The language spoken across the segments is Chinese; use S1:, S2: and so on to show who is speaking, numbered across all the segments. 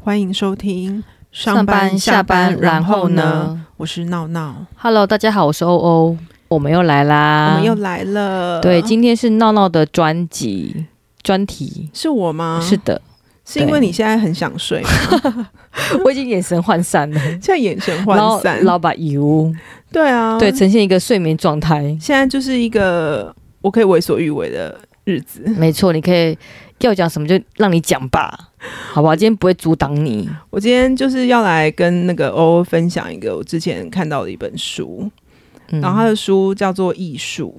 S1: 欢迎收听
S2: 上班下班，然后？呢
S1: 我是闹闹，
S2: ？Hello，大家好，我是欧欧，我们又来
S1: 我
S2: 啦。
S1: 们又来了。
S2: 啊对，今天是闹闹的专辑专题。
S1: 是我吗？
S2: 是，的，
S1: 是因为你现在很想 睡吗，
S2: 我已经眼神涣散了，
S1: 现在眼神涣散。
S2: 老把油，
S1: 对啊，
S2: 对，，呈现一个睡眠状 态。
S1: 现在就是一个我可以为所欲为的日子。
S2: 没错，你可以要讲什么就让你讲吧，好不好？今天不会阻挡你。
S1: 我今天就是要来跟那个欧欧分享一个我之前看到的一本书，
S2: 嗯
S1: 然后他的书叫做《艺术》。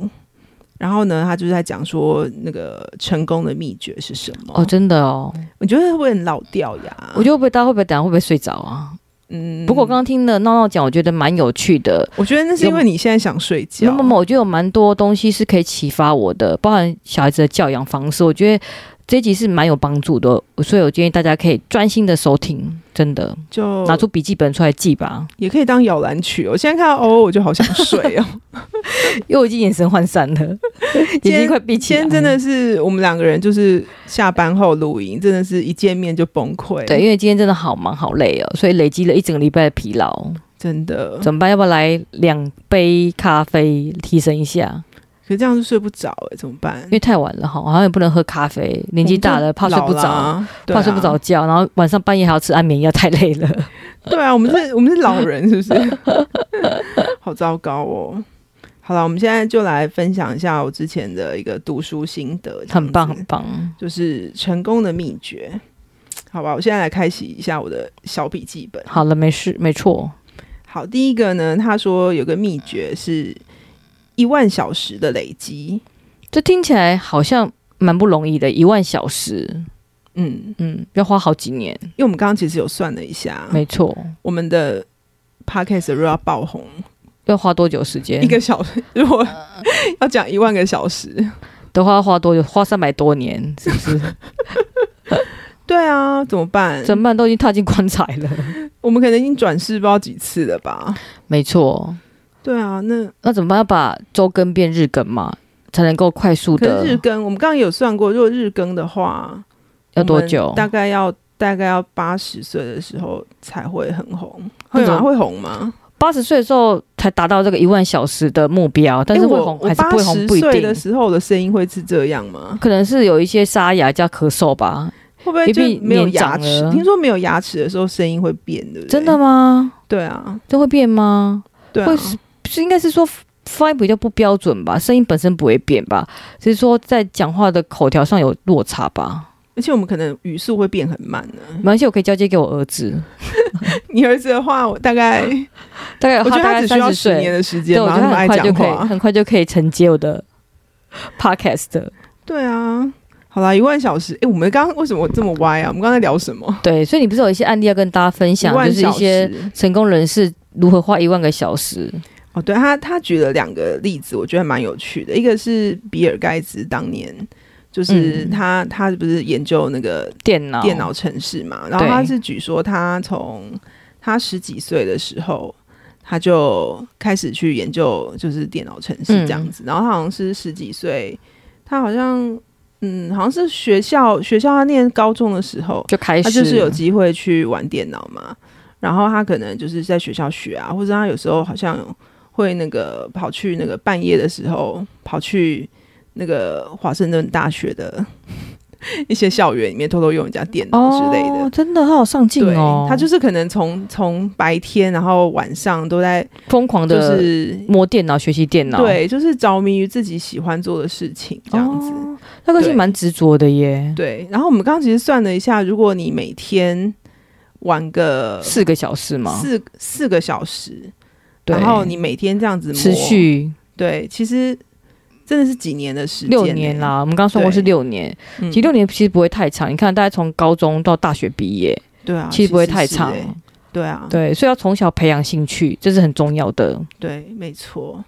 S1: 然后呢，他就是在讲说那个成功的秘诀是什么？
S2: 哦，真的哦，
S1: 我觉得会不会很老掉牙？
S2: 我觉得会不会大家会不会等下会不会睡着啊？
S1: 嗯
S2: 不过我刚刚听了闹闹讲，我觉得蛮有趣的。
S1: 我觉得那是因为你现在想睡觉。
S2: 没有没有，我觉得有蛮多东西是可以启发我的，包含小孩子的教养方式，我觉得这一集是蛮有帮助的，所以我建议大家可以专心的收听，真的
S1: 就
S2: 拿出笔记本出来 记吧，
S1: 也可以当摇篮曲哦。我现在看到哦，我就好想睡 哦。
S2: 因为我已经眼神涣散了，
S1: 今
S2: 眼
S1: 天
S2: 睛快闭起啊
S1: 今
S2: 来
S1: 天
S2: 了。
S1: 真的是我们两个人就是下班后录音，真的是一见面就崩溃。
S2: 对，，因为今天真的好忙好累哦，所以累积了一整个礼拜的疲劳，
S1: 真的。
S2: 怎么办？要不要来两杯咖啡提升一下？
S1: 可这样就睡不着哎，怎么办
S2: 因？为太晚了哈，好像也不能喝咖啡，年纪大了怕睡不
S1: 我们就嗯老
S2: 着，
S1: 啦，对啊
S2: 怕睡不着。觉，然后晚上半夜还要吃安眠药，太累了。
S1: 对啊，我们是，我们是老人，是不是？ 好糟糕哦。好了，我们现在就来分享一下我之前的一个读书心得，这样
S2: 很棒，
S1: 子
S2: 很棒。
S1: 嗯就是成功的秘诀。好吧，我现在来开启一下我的小笔记本。
S2: 好了，没事，没错。
S1: 好，第一个呢，他说有个秘诀是一万小时的累积。
S2: 这听起来好像蛮不容易的，一万小时，
S1: 嗯，
S2: 嗯，要花好几年，
S1: 因为我们刚刚其实有算了一下，
S2: 没错。
S1: 我们的 podcast 如果要爆红，
S2: 要花多久时间？
S1: 一个小时如果要讲一万个小时，
S2: 的话要花多久？花三百多年，是不是？
S1: 对啊，怎么办？
S2: 怎么办？都已经踏进棺材了。
S1: 我们可能已经转世不知道几次了吧？
S2: 没错，
S1: 对啊，那
S2: 那怎么办？要把周更变日更嘛，才能够快速
S1: 可
S2: 的
S1: 是日更，我们刚刚有算过，如果日更的话，
S2: 要多
S1: 我
S2: 久
S1: 们？大概要大概要八十岁的时候才会很红，会
S2: 那
S1: 吗？
S2: 种
S1: 会红吗？
S2: 八十岁的时候才达到这个一万小时的目标，但是
S1: 诶
S2: 会
S1: 我
S2: 红
S1: 我
S2: 还是不会红
S1: 80
S2: 不一
S1: 岁的
S2: 定。
S1: 时候我的声音会是这样吗？
S2: 可能是有一些沙哑加咳嗽吧？
S1: 会不会
S2: 也
S1: 就
S2: 比
S1: 没有
S2: 年
S1: 牙
S2: 长
S1: 齿？
S2: 了
S1: 听说没有牙齿的时候声音会变，对不对？
S2: 真的？吗？
S1: 对啊，
S2: 这会变吗？
S1: 对啊
S2: 会，是是应该是说发音比较不标准吧，声音本身不会变吧，只是说在讲话的口条上有落差吧。
S1: 而且我们可能语速会变很慢呢。
S2: 没关系，我可以交接给我儿子，
S1: 你儿子的话，我大 概
S2: 大概
S1: 我觉得
S2: 大
S1: 他
S2: 概
S1: 只需
S2: 三
S1: 要
S2: 十
S1: 十年
S2: 岁，
S1: 的时间
S2: 对，我
S1: 吧，
S2: 觉得
S1: 他那么
S2: 他
S1: 爱
S2: 很快就
S1: 讲
S2: 可以
S1: 话。
S2: 很快就可以承接我的 podcast。
S1: 对啊，好啦，一万小时。哎，我们刚刚为什么这么歪啊？我们刚才聊什么？
S2: 对，所以你不是有一些案例要跟大家分享
S1: 一，万
S2: 就是一
S1: 小
S2: 些
S1: 时。
S2: 成功人士如何花一万个小时。
S1: 哦，对他，他举了两个例子，我觉得蛮有趣的。一个是比尔盖茨当年，就是
S2: 嗯
S1: 他、他不是研究那个
S2: 电脑，
S1: 电脑城市嘛，然后
S2: 对
S1: 他是举说他从他十几岁的时候，他就开始去研究就是电脑城市这
S2: 嗯
S1: 样子，然后他好像是十几岁，他好像嗯，好像是学校学校他念高中的时候，
S2: 就开始，
S1: 他就是有机会去玩电脑嘛。然后他可能就是在学校学啊，或者他有时候好像会那个跑去那个半夜的时候跑去那个华盛顿大学的 一些校园里面偷偷用人家电脑之类的。
S2: 哦，真的他好上进
S1: 对
S2: 哦，，
S1: 他就是是可能从从白天，然后晚上都在
S2: 疯狂
S1: 就
S2: 的
S1: 是
S2: 摸电脑、学习电脑，
S1: 对，就是着迷于自己喜欢做的事情这样子。
S2: 哦那个是
S1: 对
S2: 蛮执着的耶，
S1: 对，然后我们刚刚其实算了一下，如果你每天玩个
S2: 四个小时嘛，
S1: 四四个小时，
S2: 对
S1: 然后你每天这样子磨
S2: 持续
S1: 对，其实真的是几年的时间、
S2: 六年，啦。我们刚刚算过是
S1: 对
S2: 六年，
S1: 嗯
S2: 其实六年其实不会太长。你看，大概从高中到大学毕业，
S1: 对啊，
S2: 其实不会太
S1: 是
S2: 长。
S1: 欸对啊，对
S2: 对，所以要从小培养兴趣，这是很重要的。
S1: 没错。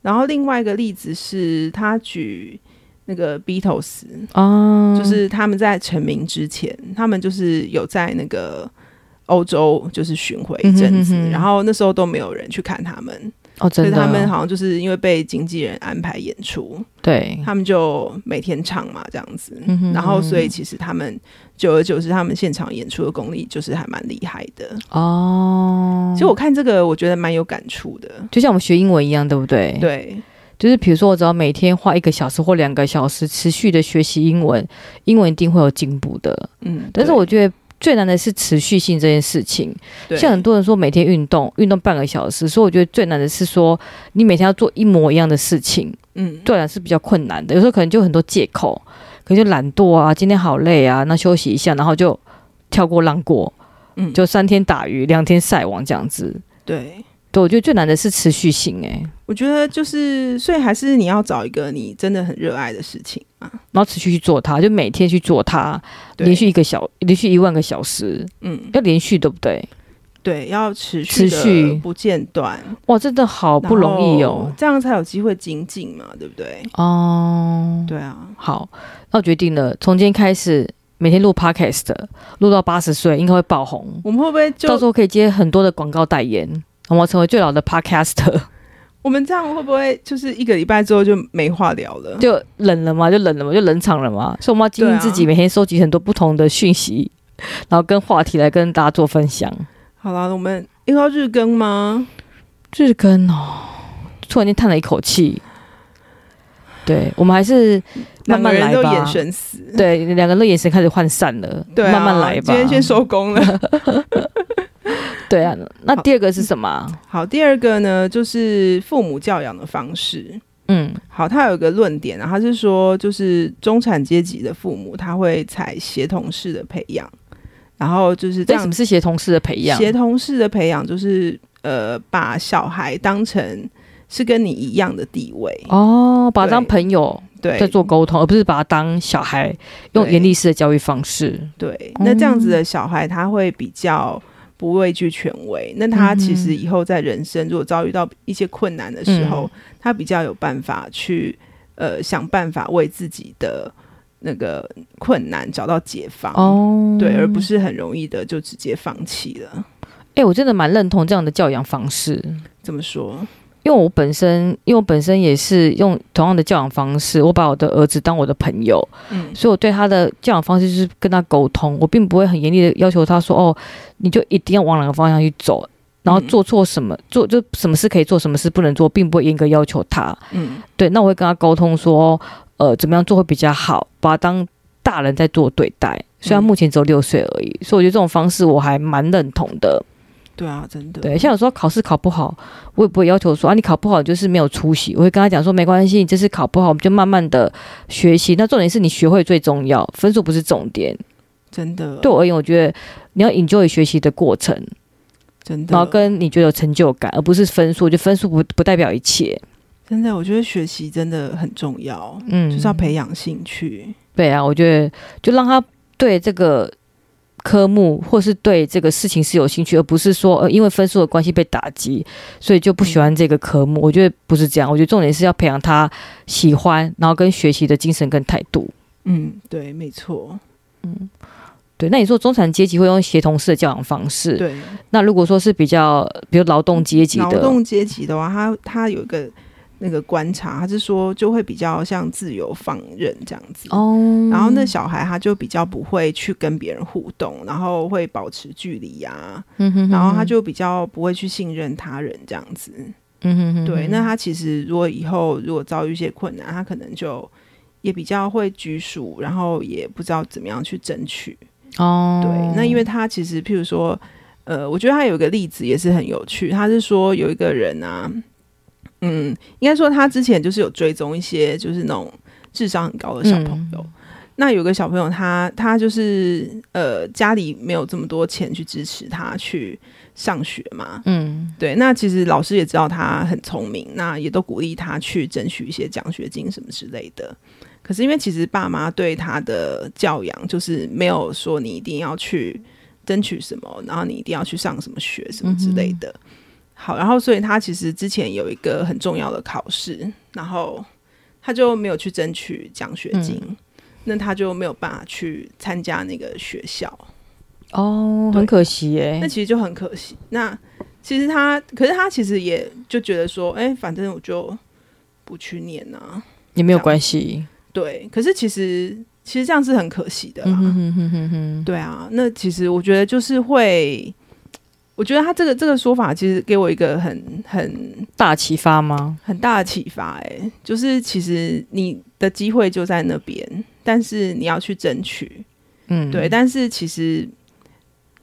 S1: 然后另外一个例子是他举那个 Beatles，、
S2: 啊，
S1: 就是他们在成名之前，他们就是有在那个欧洲就是巡回一阵子，
S2: 嗯哼哼哼
S1: 然后那时候都没有人去看他们。
S2: 哦，
S1: 所以
S2: 真的，
S1: 他们好像就是因为被经纪人安排演出，
S2: 对，
S1: 他们就每天唱嘛这样子。
S2: 嗯嗯哼
S1: 然后，所以其实他们久而久之，他们现场演出的功力就是还蛮厉害的。
S2: 哦，
S1: 其实我看这个，我觉得蛮有感触的。
S2: 就像我们学英文一样，对不对？，
S1: 对，
S2: 就是比如说，我只要每天花一个小时或两个小时持续的学习英文，英文一定会有进步的。
S1: 嗯，
S2: 但是我觉得最难的是持续性这件事情。
S1: 对
S2: 像很多人说每天运动，运动半个小时，所以我觉得最难的是说你每天要做一模一样的事情，
S1: 嗯，
S2: 对我来说是比较困难的。有时候可能就很多借口，可能就懒惰啊，今天好累啊，那休息一下，然后就跳过浪过，
S1: 嗯
S2: 就三天打鱼两天晒网这样子。
S1: 对。
S2: 对，我觉得最难的是持续性哎、
S1: 我觉得就是，所以还是你要找一个你真的很热爱的事情啊。
S2: 然后持续去做它，就每天去做它，
S1: 对
S2: 连续一个小，连续一万个小时，
S1: 嗯，
S2: 要连续对不对？
S1: 对，要持续
S2: 持续
S1: 的不间断，
S2: 哇，真的好不容易
S1: 然
S2: 哦
S1: 后。这样才有机会精进嘛，对不对？
S2: 哦，
S1: 对啊，
S2: 好，那我决定了，从今天开始每天录 podcast，录到八十岁应该会爆红，
S1: 我们会不会
S2: 到时
S1: 就
S2: 候可以接很多的广告代言，我们要成为最老的 podcaster，
S1: 我们这样会不会就是一个礼拜之后就没话聊了？
S2: 就冷了嘛，就冷了嘛，就冷场了嘛。所以我们要经
S1: 对
S2: 营
S1: 啊
S2: 自己，每天收集很多不同的讯息，然后跟话题来跟大家做分享。
S1: 好啦，我们又要日更吗？
S2: 日更哦，突然间叹了一口气。对，我们还是
S1: 两
S2: 慢
S1: 个
S2: 慢来
S1: 人都
S2: 吧
S1: 眼神死，
S2: 对两个人的眼神开始涣散了，
S1: 对、啊，
S2: 慢慢来吧。
S1: 今天先收工 了。
S2: 对啊，那
S1: 好
S2: 第二个是什么啊？
S1: 好，第二个呢，就是父母教养的方式。
S2: 嗯，
S1: 好，他有一个论点啊，他是说，就是中产阶级的父母，他会采协同式的培养，然后就是这
S2: 为什
S1: 样
S2: 么，是协同式的培养？
S1: 协同式的培养就是呃，把小孩当成是跟你一样的地位，
S2: 哦，把他当
S1: 对
S2: 朋友
S1: 对，
S2: 在做沟通，而不是把他当小孩，用
S1: 对
S2: 严厉式的教育方式。
S1: 对，那这样子的小孩，他会比较不畏惧权威，那他其实以后在人生如果遭遇到一些困难的时候，
S2: 嗯
S1: 他比较有办法去呃想办法为自己的那个困难找到解放。
S2: 哦，
S1: 对，而不是很容易的就直接放弃了。
S2: 哎、我真的蛮认同这样的教养方式。
S1: 怎么说？
S2: 因为我本身，因为我本身也是用同样的教养方式，我把我的儿子当我的朋友，
S1: 嗯
S2: 所以我对他的教养方式就是跟他沟通，我并不会很严厉的要求他说哦，你就一定要往哪个方向去走，然
S1: 嗯
S2: 后做错什么、做就什么事可以做，什么事不能做，并不会严格要求他。
S1: 嗯，
S2: 对，那我会跟他沟通说，呃，怎么样做会比较好，把他当大人在做对待。虽然
S1: 嗯
S2: 目前只有六岁而已，所以我觉得这种方式我还蛮认同的。
S1: 对啊，真的。
S2: 对，像有时候考试考不好，我也不会要求说啊，你考不好就是没有出息。我会跟他讲说，没关系，你这次考不好，我们就慢慢的学习。那重点是你学会最重要，分数不是重点。
S1: 真的，
S2: 对我而言，我觉得你要 enjoy 学习的过程，
S1: 真
S2: 然后
S1: 的，
S2: 跟你觉得有成就感，而不是分数。就分数不不代表一切。
S1: 真的，我觉得学习真的很重要，
S2: 嗯，
S1: 就是要培养兴趣。
S2: 对啊，我觉得就让他对这个科目或是对这个事情是有兴趣，而不是说呃因为分数的关系被打击，所以就不喜欢这个科
S1: 嗯
S2: 目。我觉得不是这样，我觉得重点是要培养他喜欢，然后跟学习的精神跟态度。
S1: 嗯，对，没错，
S2: 对，那你说中产阶级会用协同式的教养方式，
S1: 对。
S2: 那如果说是比较，比如劳动阶级
S1: 劳
S2: 的，
S1: 动阶级的话，他他有一个那个观察，他是说就会比较像自由放任这样子。
S2: 哦，
S1: 然后那小孩他就比较不会去跟别人互动，然后会保持距离呀、
S2: 嗯哼哼哼
S1: 然后他，就比较不会去信任他人这样子。
S2: 嗯哼哼
S1: 对，那他其实如果以后如果遭遇一些困难，他可能就也比较会拘束，然后也不知道怎么样去争取。
S2: 哦，
S1: 对，那因为他其实譬如说，呃，我觉得他有一个例子也是很有趣，他是说有一个人啊，嗯，应该说他之前就是有追踪一些就是那种智商很高的小朋友。那有个小朋友他，他就是呃家里没有这么多钱去支持他去上学嘛，
S2: 嗯
S1: 对，那其实老师也知道他很聪明，那也都鼓励他去争取一些奖学金什么之类的。可是因为其实爸妈对他的教养就是没有说你一定要去争取什么，然后你一定要去上什么学什么之类的。好，然后所以他其实之前有一个很重要的考试，然后他就没有去争取奖学金，那他就没有办法去参加那个学校。
S2: 哦，很可惜耶
S1: 那，其实就很可惜。那其实他，可是他其实也就觉得说，哎、反正我就不去念啊。
S2: 也没有关系。
S1: 对，可是其实其实这样是很可惜的啦。
S2: 嗯哼哼哼哼哼，
S1: 对啊，那其实我觉得就是会，我觉得他这个这个说法其实给我一个很很
S2: 大启发吗？
S1: 很大的启发、哎，就是其实你的机会就在那边，但是你要去争取。
S2: 嗯，
S1: 对，但是其实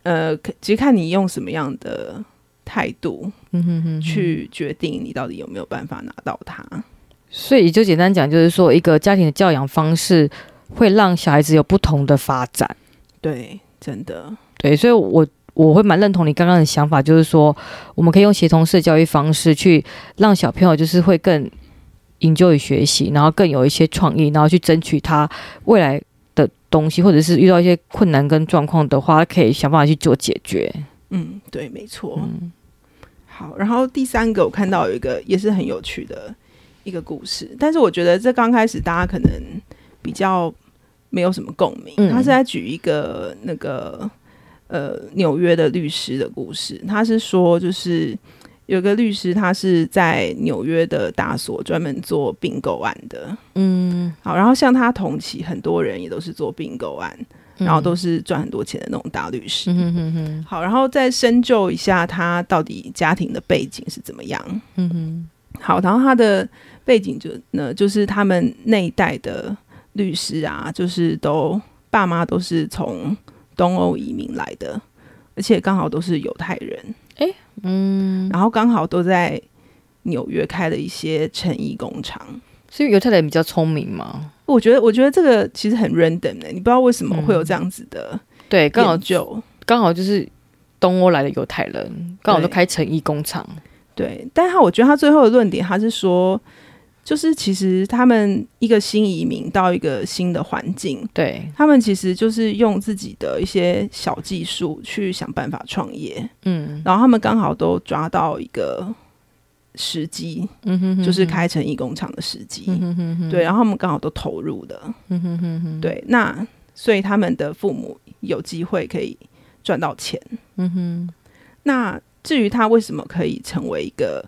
S1: 呃，可其实看你用什么样的态度
S2: 嗯哼哼哼，
S1: 去决定你到底有没有办法拿到它。
S2: 所以就简单讲，就是说一个家庭的教养方式会让小孩子有不同的发展。
S1: 对，真的，
S2: 对，所以我我会蛮认同你刚刚的想法，就是说我们可以用协同式的教育方式去让小朋友就是会更 enjoy 学习，然后更有一些创意，然后去争取他未来的东西，或者是遇到一些困难跟状况的话，他可以想办法去做解决。
S1: 嗯，对，没错。
S2: 嗯
S1: 好，然后第三个我看到有一个也是很有趣的一个故事，但是我觉得这刚开始大家可能比较没有什么共鸣。
S2: 嗯
S1: 他是在举一个那个呃纽约的律师的故事，他是说就是有个律师他是在纽约的大所专门做并购案的。
S2: 嗯，
S1: 好，然后像他同期很多人也都是做并购案，然后都是赚很多钱的那种大律师。
S2: 嗯哼哼哼
S1: 好，然后再深究一下他到底家庭的背景是怎么样。
S2: 嗯哼
S1: 好，然后他的背景就呢，就是他们那一代的律师啊，就是都爸妈都是从东欧移民来的，而且刚好都是犹太人，
S2: 嗯，
S1: 然后刚好都在纽约开了一些成衣工厂。
S2: 所以犹太人比较聪明嘛，
S1: 我觉得，我觉得这个其实很 random 欸的、你不知道为什么会有这样子的
S2: 对，嗯刚好
S1: 研究。
S2: 刚好就是东欧来的犹太人，刚好都
S1: 对
S2: 开成衣工厂。
S1: 对，但他我觉得他最后的论点，他是说，就是其实他们一个新移民到一个新的环境，
S2: 对，
S1: 他们其实就是用自己的一些小技术去想办法创业，
S2: 嗯
S1: 然后他们刚好都抓到一个时机，
S2: 嗯哼哼，
S1: 就是开成一工厂的时机，
S2: 嗯哼哼哼，
S1: 对，然后他们刚好都投入了，
S2: 嗯哼哼哼，
S1: 对，那所以他们的父母有机会可以赚到钱。
S2: 嗯哼，
S1: 那至于他为什么可以成为一个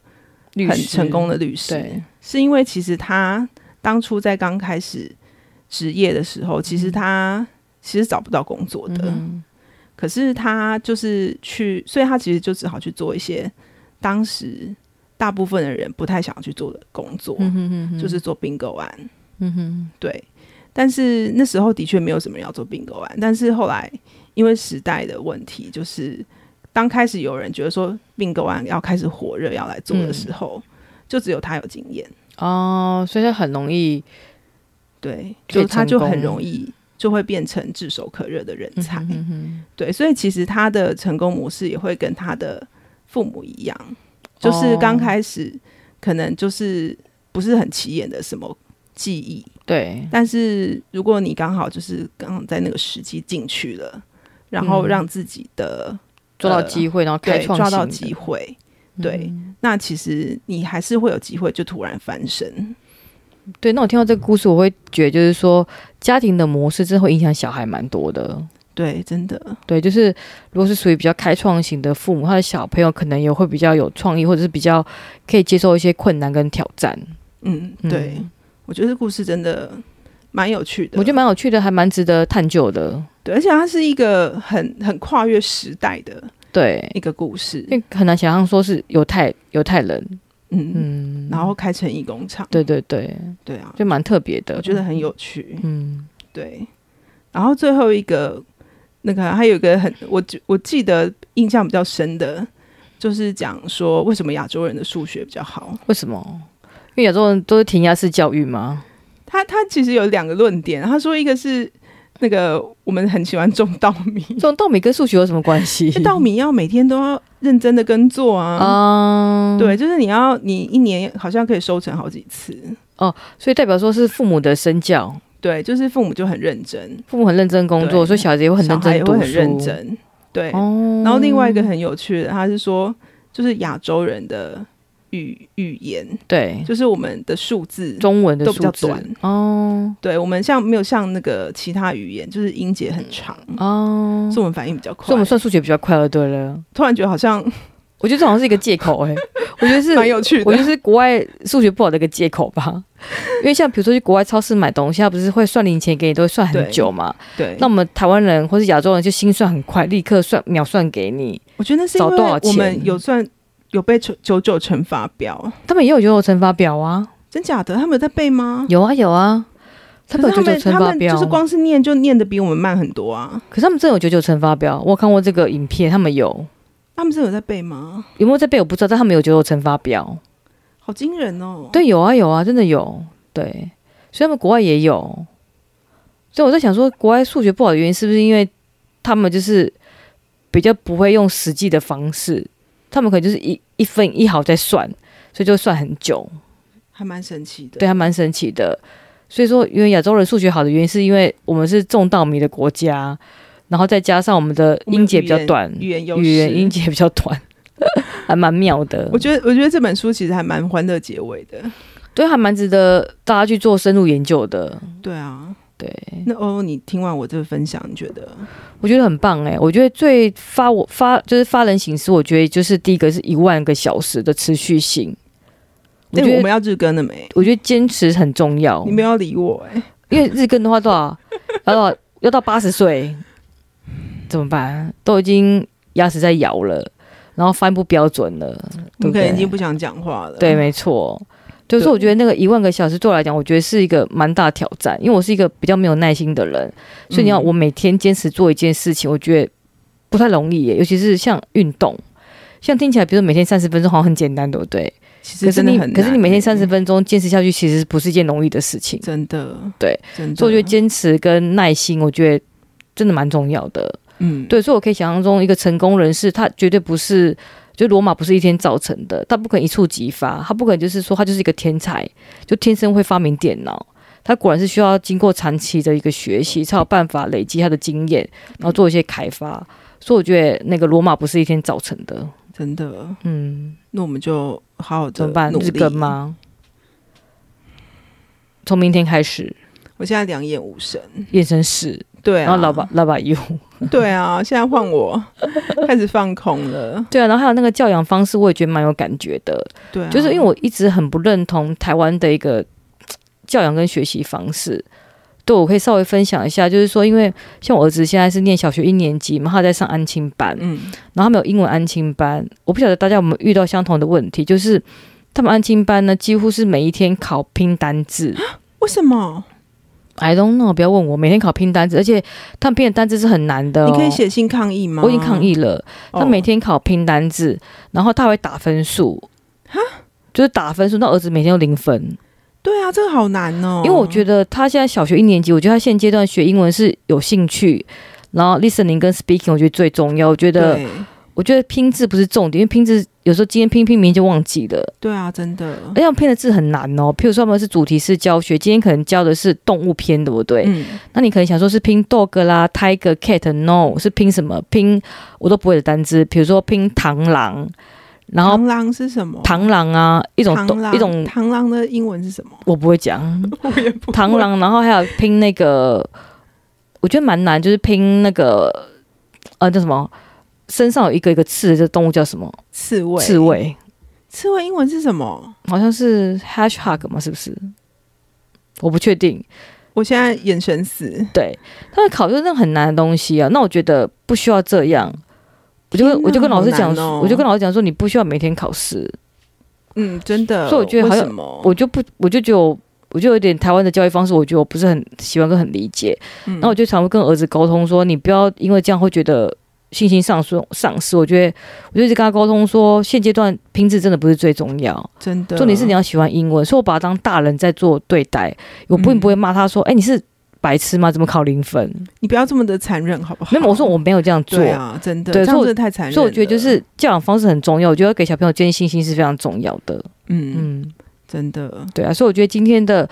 S2: 律
S1: 很
S2: 师
S1: 成功的律师，
S2: 对，
S1: 是因为其实他当初在刚开始职业的时候，其实他其实找不到工作的。
S2: 嗯
S1: 可是他就是去，所以他其实就只好去做一些当时大部分的人不太想要去做的工作，
S2: 嗯哼哼哼，
S1: 就是做并购案。
S2: 嗯哼，
S1: 对，但是那时候的确没有什么人要做并购案，但是后来因为时代的问题，就是当开始有人觉得说并购案要开始火热要来做的
S2: 嗯
S1: 时候，就只有他有经验，
S2: 哦，所以他很容易
S1: 对，
S2: 可以
S1: 就他就
S2: 成功
S1: 很容易就会变成炙手可热的人才。
S2: 嗯哼哼
S1: 对，所以其实他的成功模式也会跟他的父母一样，
S2: 哦
S1: 就是刚开始可能就是不是很起眼的什么技艺，
S2: 对，
S1: 但是如果你刚好就是刚好在那个时机进去了，然后
S2: 嗯
S1: 让自己的、呃
S2: 抓到机会，然后开
S1: 对
S2: 创
S1: 抓到
S2: 性的
S1: 机，会，对
S2: 嗯
S1: 那其实你还是会有机会就突然翻身。
S2: 对。那我听到这个故事，我会觉得就是说，家庭的模式真的会影响小孩蛮多的。
S1: 对，真的，
S2: 对，就是如果是属于比较开创型的父母，他的小朋友可能也会比较有创意，或者是比较可以接受一些困难跟挑战。
S1: 嗯，
S2: 嗯
S1: 对，我觉得这故事真的蛮有趣的，
S2: 我觉得蛮有趣的，还蛮值得探究的。
S1: 对，而且它是一个很很跨越时代的
S2: 对，
S1: 一个故事，
S2: 因为很难想象说是犹太犹太人，
S1: 嗯，
S2: 嗯，
S1: 然后开成一工厂，
S2: 对对对，
S1: 对啊，
S2: 就蛮特别的。
S1: 我觉得很，有趣，
S2: 嗯
S1: 对。然后最后一个，那个还有一个很我记我记得印象比较深的，就是讲说为什么亚洲人的数学比较好。
S2: 为什么？因为亚洲人都是填鸭式教 育嘛。
S1: 他他其实有两个论点，啊他说一个是那个我们很喜欢种稻米，
S2: 这种稻米跟数学有什么关系？
S1: 稻米要每天都要认真的耕作啊。
S2: 啊，，
S1: 对，就是你要你一年好像可以收成好几次，
S2: 所以代表说是父母的身教，
S1: 对，就是父母就很认真，
S2: 父母很认真工作，
S1: 对
S2: 所以小孩子也会很
S1: 小
S2: 认
S1: 孩
S2: 真
S1: 也
S2: 读
S1: 会
S2: 书，
S1: 很认真，对。
S2: 哦。
S1: 然后另外一个很有趣的，他是说，就是亚洲人的语语言，
S2: 对
S1: 就是我们的数字，
S2: 中文的
S1: 都比较
S2: 数字
S1: 短
S2: 哦
S1: 对我们像没有像那个其他语言，就是音节很长，
S2: 哦，
S1: 所以我们反应比较快。
S2: 所以我们算数学比较快了，对了。
S1: 突然觉得好像
S2: 我觉得这好像是一个借口哎、我觉得是
S1: 蛮有趣
S2: 我
S1: 的
S2: 觉。得是国外数学不好的一个借口吧， 因为像比如说去国外超市买东西，他不是会算零钱给你，都会算很
S1: 对
S2: 久嘛。
S1: 对，
S2: 那我们台湾人或是亚洲人就心算很快，立刻算秒算给你。
S1: 我觉得那是因
S2: 找
S1: 为
S2: 多少钱
S1: 我们有算有被九九九乘法表，
S2: 他们也有九九乘法表啊，
S1: 真假的？他们有在背吗？
S2: 有啊有啊，他
S1: 可
S2: 们
S1: 是
S2: 有九九乘
S1: 他
S2: 法
S1: 们
S2: 表，啊
S1: 就是光是念就念的比我们慢很多啊。
S2: 可是他们真的有九九乘法表，我有看过这个影片，他们有
S1: 他们真的有在背吗？
S2: 有没有在背我不知道，但他们有九九乘法表。
S1: 好惊人哦！，
S2: 对，有啊有啊，真的有。对，所以他们国外也有。所以我在想说，国外数学不好的原因是不是因为他们就是比较不会用实际的方式，他们可能就是一一分一毫在算，所以就算很久。
S1: 还蛮神奇的。
S2: 对，啊还蛮神奇的。所以说，因为亚洲人数学好的原因，是因为我们是种稻米的国家，然后再加上我们的
S1: 我们有
S2: 音节比较
S1: 语言
S2: 短，
S1: 语言优势，
S2: 语言音节比较短， 还蛮妙的
S1: 我。觉得，我觉得这本书其实还蛮欢乐结尾的。
S2: 对，还蛮值得大家去做深入研究的。
S1: 对啊，
S2: 对。
S1: 那欧欧，你听完我这个分享，你觉得？
S2: 我觉得很棒哎、我觉得最发我发就是发人省思，我觉得就是第一个是一万个小时的持续性。
S1: 那
S2: 我觉
S1: 我
S2: 得
S1: 们要日更了没？
S2: 我觉得坚持很重要
S1: 你，没有理我哎、
S2: 因为日更的话多 少要到要到八十岁怎么办？都已经牙齿在咬了，然后发音不标准了，
S1: 我
S2: 对
S1: 们
S2: 不
S1: 可
S2: 对
S1: 能已？经不想讲话了。
S2: 对，没错。就是
S1: 对
S2: 我觉得那个一万个小时对我来讲，我觉得是一个蛮大的挑战，因为我是一个比较没有耐心的人，所以你要
S1: 嗯
S2: 我每天坚持做一件事情，我觉得不太容易耶，尤其是像运动，像听起来，比如说每天三十分钟好像很简单，对不对？
S1: 其
S2: 可
S1: 实
S2: 是
S1: 真的
S2: 你
S1: 很难欸、
S2: 可是你每天三十分钟坚持下去，其实不是一件容易的事情，
S1: 真的
S2: 对，
S1: 真的。啊
S2: 所以我觉得坚持跟耐心，我觉得真的蛮重要的。
S1: 嗯，
S2: 对，所以我可以想象中，一个成功人士，他绝对不是。就罗马不是一天造成的，他不可能一触即发，他不可能就是说他就是一个天才，就天生会发明电脑。他果然是需要经过长期的一个学习，才有办法累积他的经验，然后做一些开发。所以我觉得那个罗马不是一天造成的。
S1: 真的。
S2: 嗯，
S1: 那我们就好好的
S2: 怎么办？
S1: 努
S2: 日
S1: 力
S2: 更？吗？从明天开始，
S1: 我现在两眼无神。
S2: 验身室，
S1: 嗯对、啊，
S2: 然后老板 老板 U，
S1: 对啊，现在换我 开始放空了。
S2: 对啊，然后还有那个教养方式，我也觉得蛮有感觉的。
S1: 对、啊，
S2: 就是因为我一直很不认同台湾的一个教养跟学习方式。对，我可以稍微分享一下，就是说，因为像我儿子现在是念小学一年级嘛，他在上安亲班，
S1: 嗯，
S2: 然后他们有英文安亲班，我不晓得大家有没有遇到相同的问题，就是他们安亲班呢，几乎是每一天考拼单字
S1: 为什么？
S2: ，I don't know，不要问我，每天考拼单字，而且他们拼的单字是很难的、哦，
S1: 你可以写信抗议吗？
S2: 我已经抗议了，
S1: 哦，
S2: 他每天考拼单字，然后他会打分数，就是打分数，那儿子每天都零分，
S1: 对啊，这个好难哦。
S2: 因为我觉得他现在小学一年级，我觉得他现阶段学英文是有兴趣，然后 listening 跟 speaking 我觉得最重要，我觉得
S1: 对
S2: 我觉得拼字不是重点，因为拼字有时候今天拼拼明天就忘记了，
S1: 对啊，真的
S2: 而。且他们拼的字很难哦，譬如说他们是主题式教学，今天可能教的是动物篇，对不对？
S1: 嗯，
S2: 那你可能想说是拼 dog 啦、tiger、cat no，是拼什么？拼我都不会的单字，比如说拼螳螂，然后
S1: 螳螂是什么？
S2: 螳螂啊，一种
S1: 哦螳螂
S2: 一种
S1: 螳螂的英文是什么？
S2: 我不会讲
S1: 我也不会
S2: 螳。螂，然后还有拼那个，我觉得蛮难，就是拼那个呃叫什么，身上有一个一个刺的这动物叫什么？
S1: 刺猬，
S2: 刺，猬，
S1: 刺猬英文是什么？
S2: 好像是 hedgehog 嘛，是不是？我不确定，
S1: 我现在眼神死。
S2: 对，他们考就是那个很难的东西啊。那我觉得不需要这样，我就
S1: 天
S2: 跟
S1: 哪
S2: 我就跟老师讲
S1: 好，难哦
S2: 我就跟老师讲说，你不需要每天考试。
S1: 嗯，真的。
S2: 所以我觉得好像
S1: 为什么
S2: 我就不，我就觉得我，我就有点台湾的教育方式，我觉得我不是很喜欢跟很理解。
S1: 嗯
S2: 那我就常会跟儿子沟通说，你不要因为这样会觉得信心丧失丧失。我觉得，我就一直跟他沟通说，现阶段拼字真的不是最重要，
S1: 真的
S2: 重点是你要喜欢英文。所以我把他当大人在做对待，我
S1: 嗯
S2: 并不会骂他说，哎、你是白痴吗？怎么考零分？
S1: 你不要这么的残忍，好不好？
S2: 没有，我说我没有这样 做。
S1: 对啊，真的，
S2: 对
S1: 这样
S2: 所以我
S1: 真的太残忍了。
S2: 所以我觉得就是教养方式很重要，我觉得要给小朋友建立信心是非常重要的。
S1: 嗯，
S2: 嗯，
S1: 真的，
S2: 对啊，所以我觉得今天的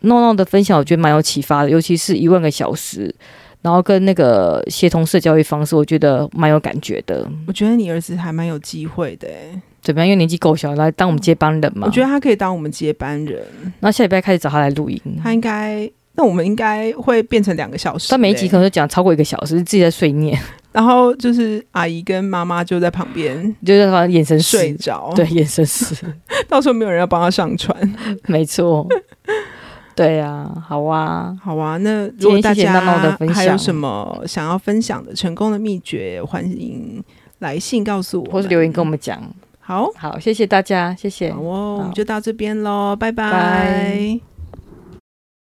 S2: 闹闹的分享，我觉得蛮有启发的，尤其是一万个小时，然后跟那个协同社教育方式，我觉得蛮有感觉的。
S1: 我觉得你儿子还蛮有机会的欸，
S2: 怎么样？因为年纪够小，来当我们接班人嘛。
S1: 我觉得他可以当我们接班人，
S2: 那下礼拜开始找他来录音，
S1: 他应该。那我们应该会变成两个小时欸，
S2: 他每一集可能就讲超过一个小时，自己在碎念。
S1: 然后就是阿姨跟妈妈就在旁边
S2: 就让他眼神
S1: 睡
S2: 死，
S1: 着，
S2: 对，，眼神死，
S1: 到时候没有人要帮她上船。
S2: 没错，对啊，好啊，
S1: 好啊，那如果
S2: 今天
S1: 大
S2: 谢谢
S1: 家
S2: 闹闹的分享
S1: 还有什么想要分享的成功的秘诀，欢迎来信告诉我们，
S2: 或是留言跟我们讲。
S1: 好。
S2: 好，谢谢大家，谢谢
S1: 好。哦，我们
S2: 好
S1: 就到这边喽，拜拜
S2: 拜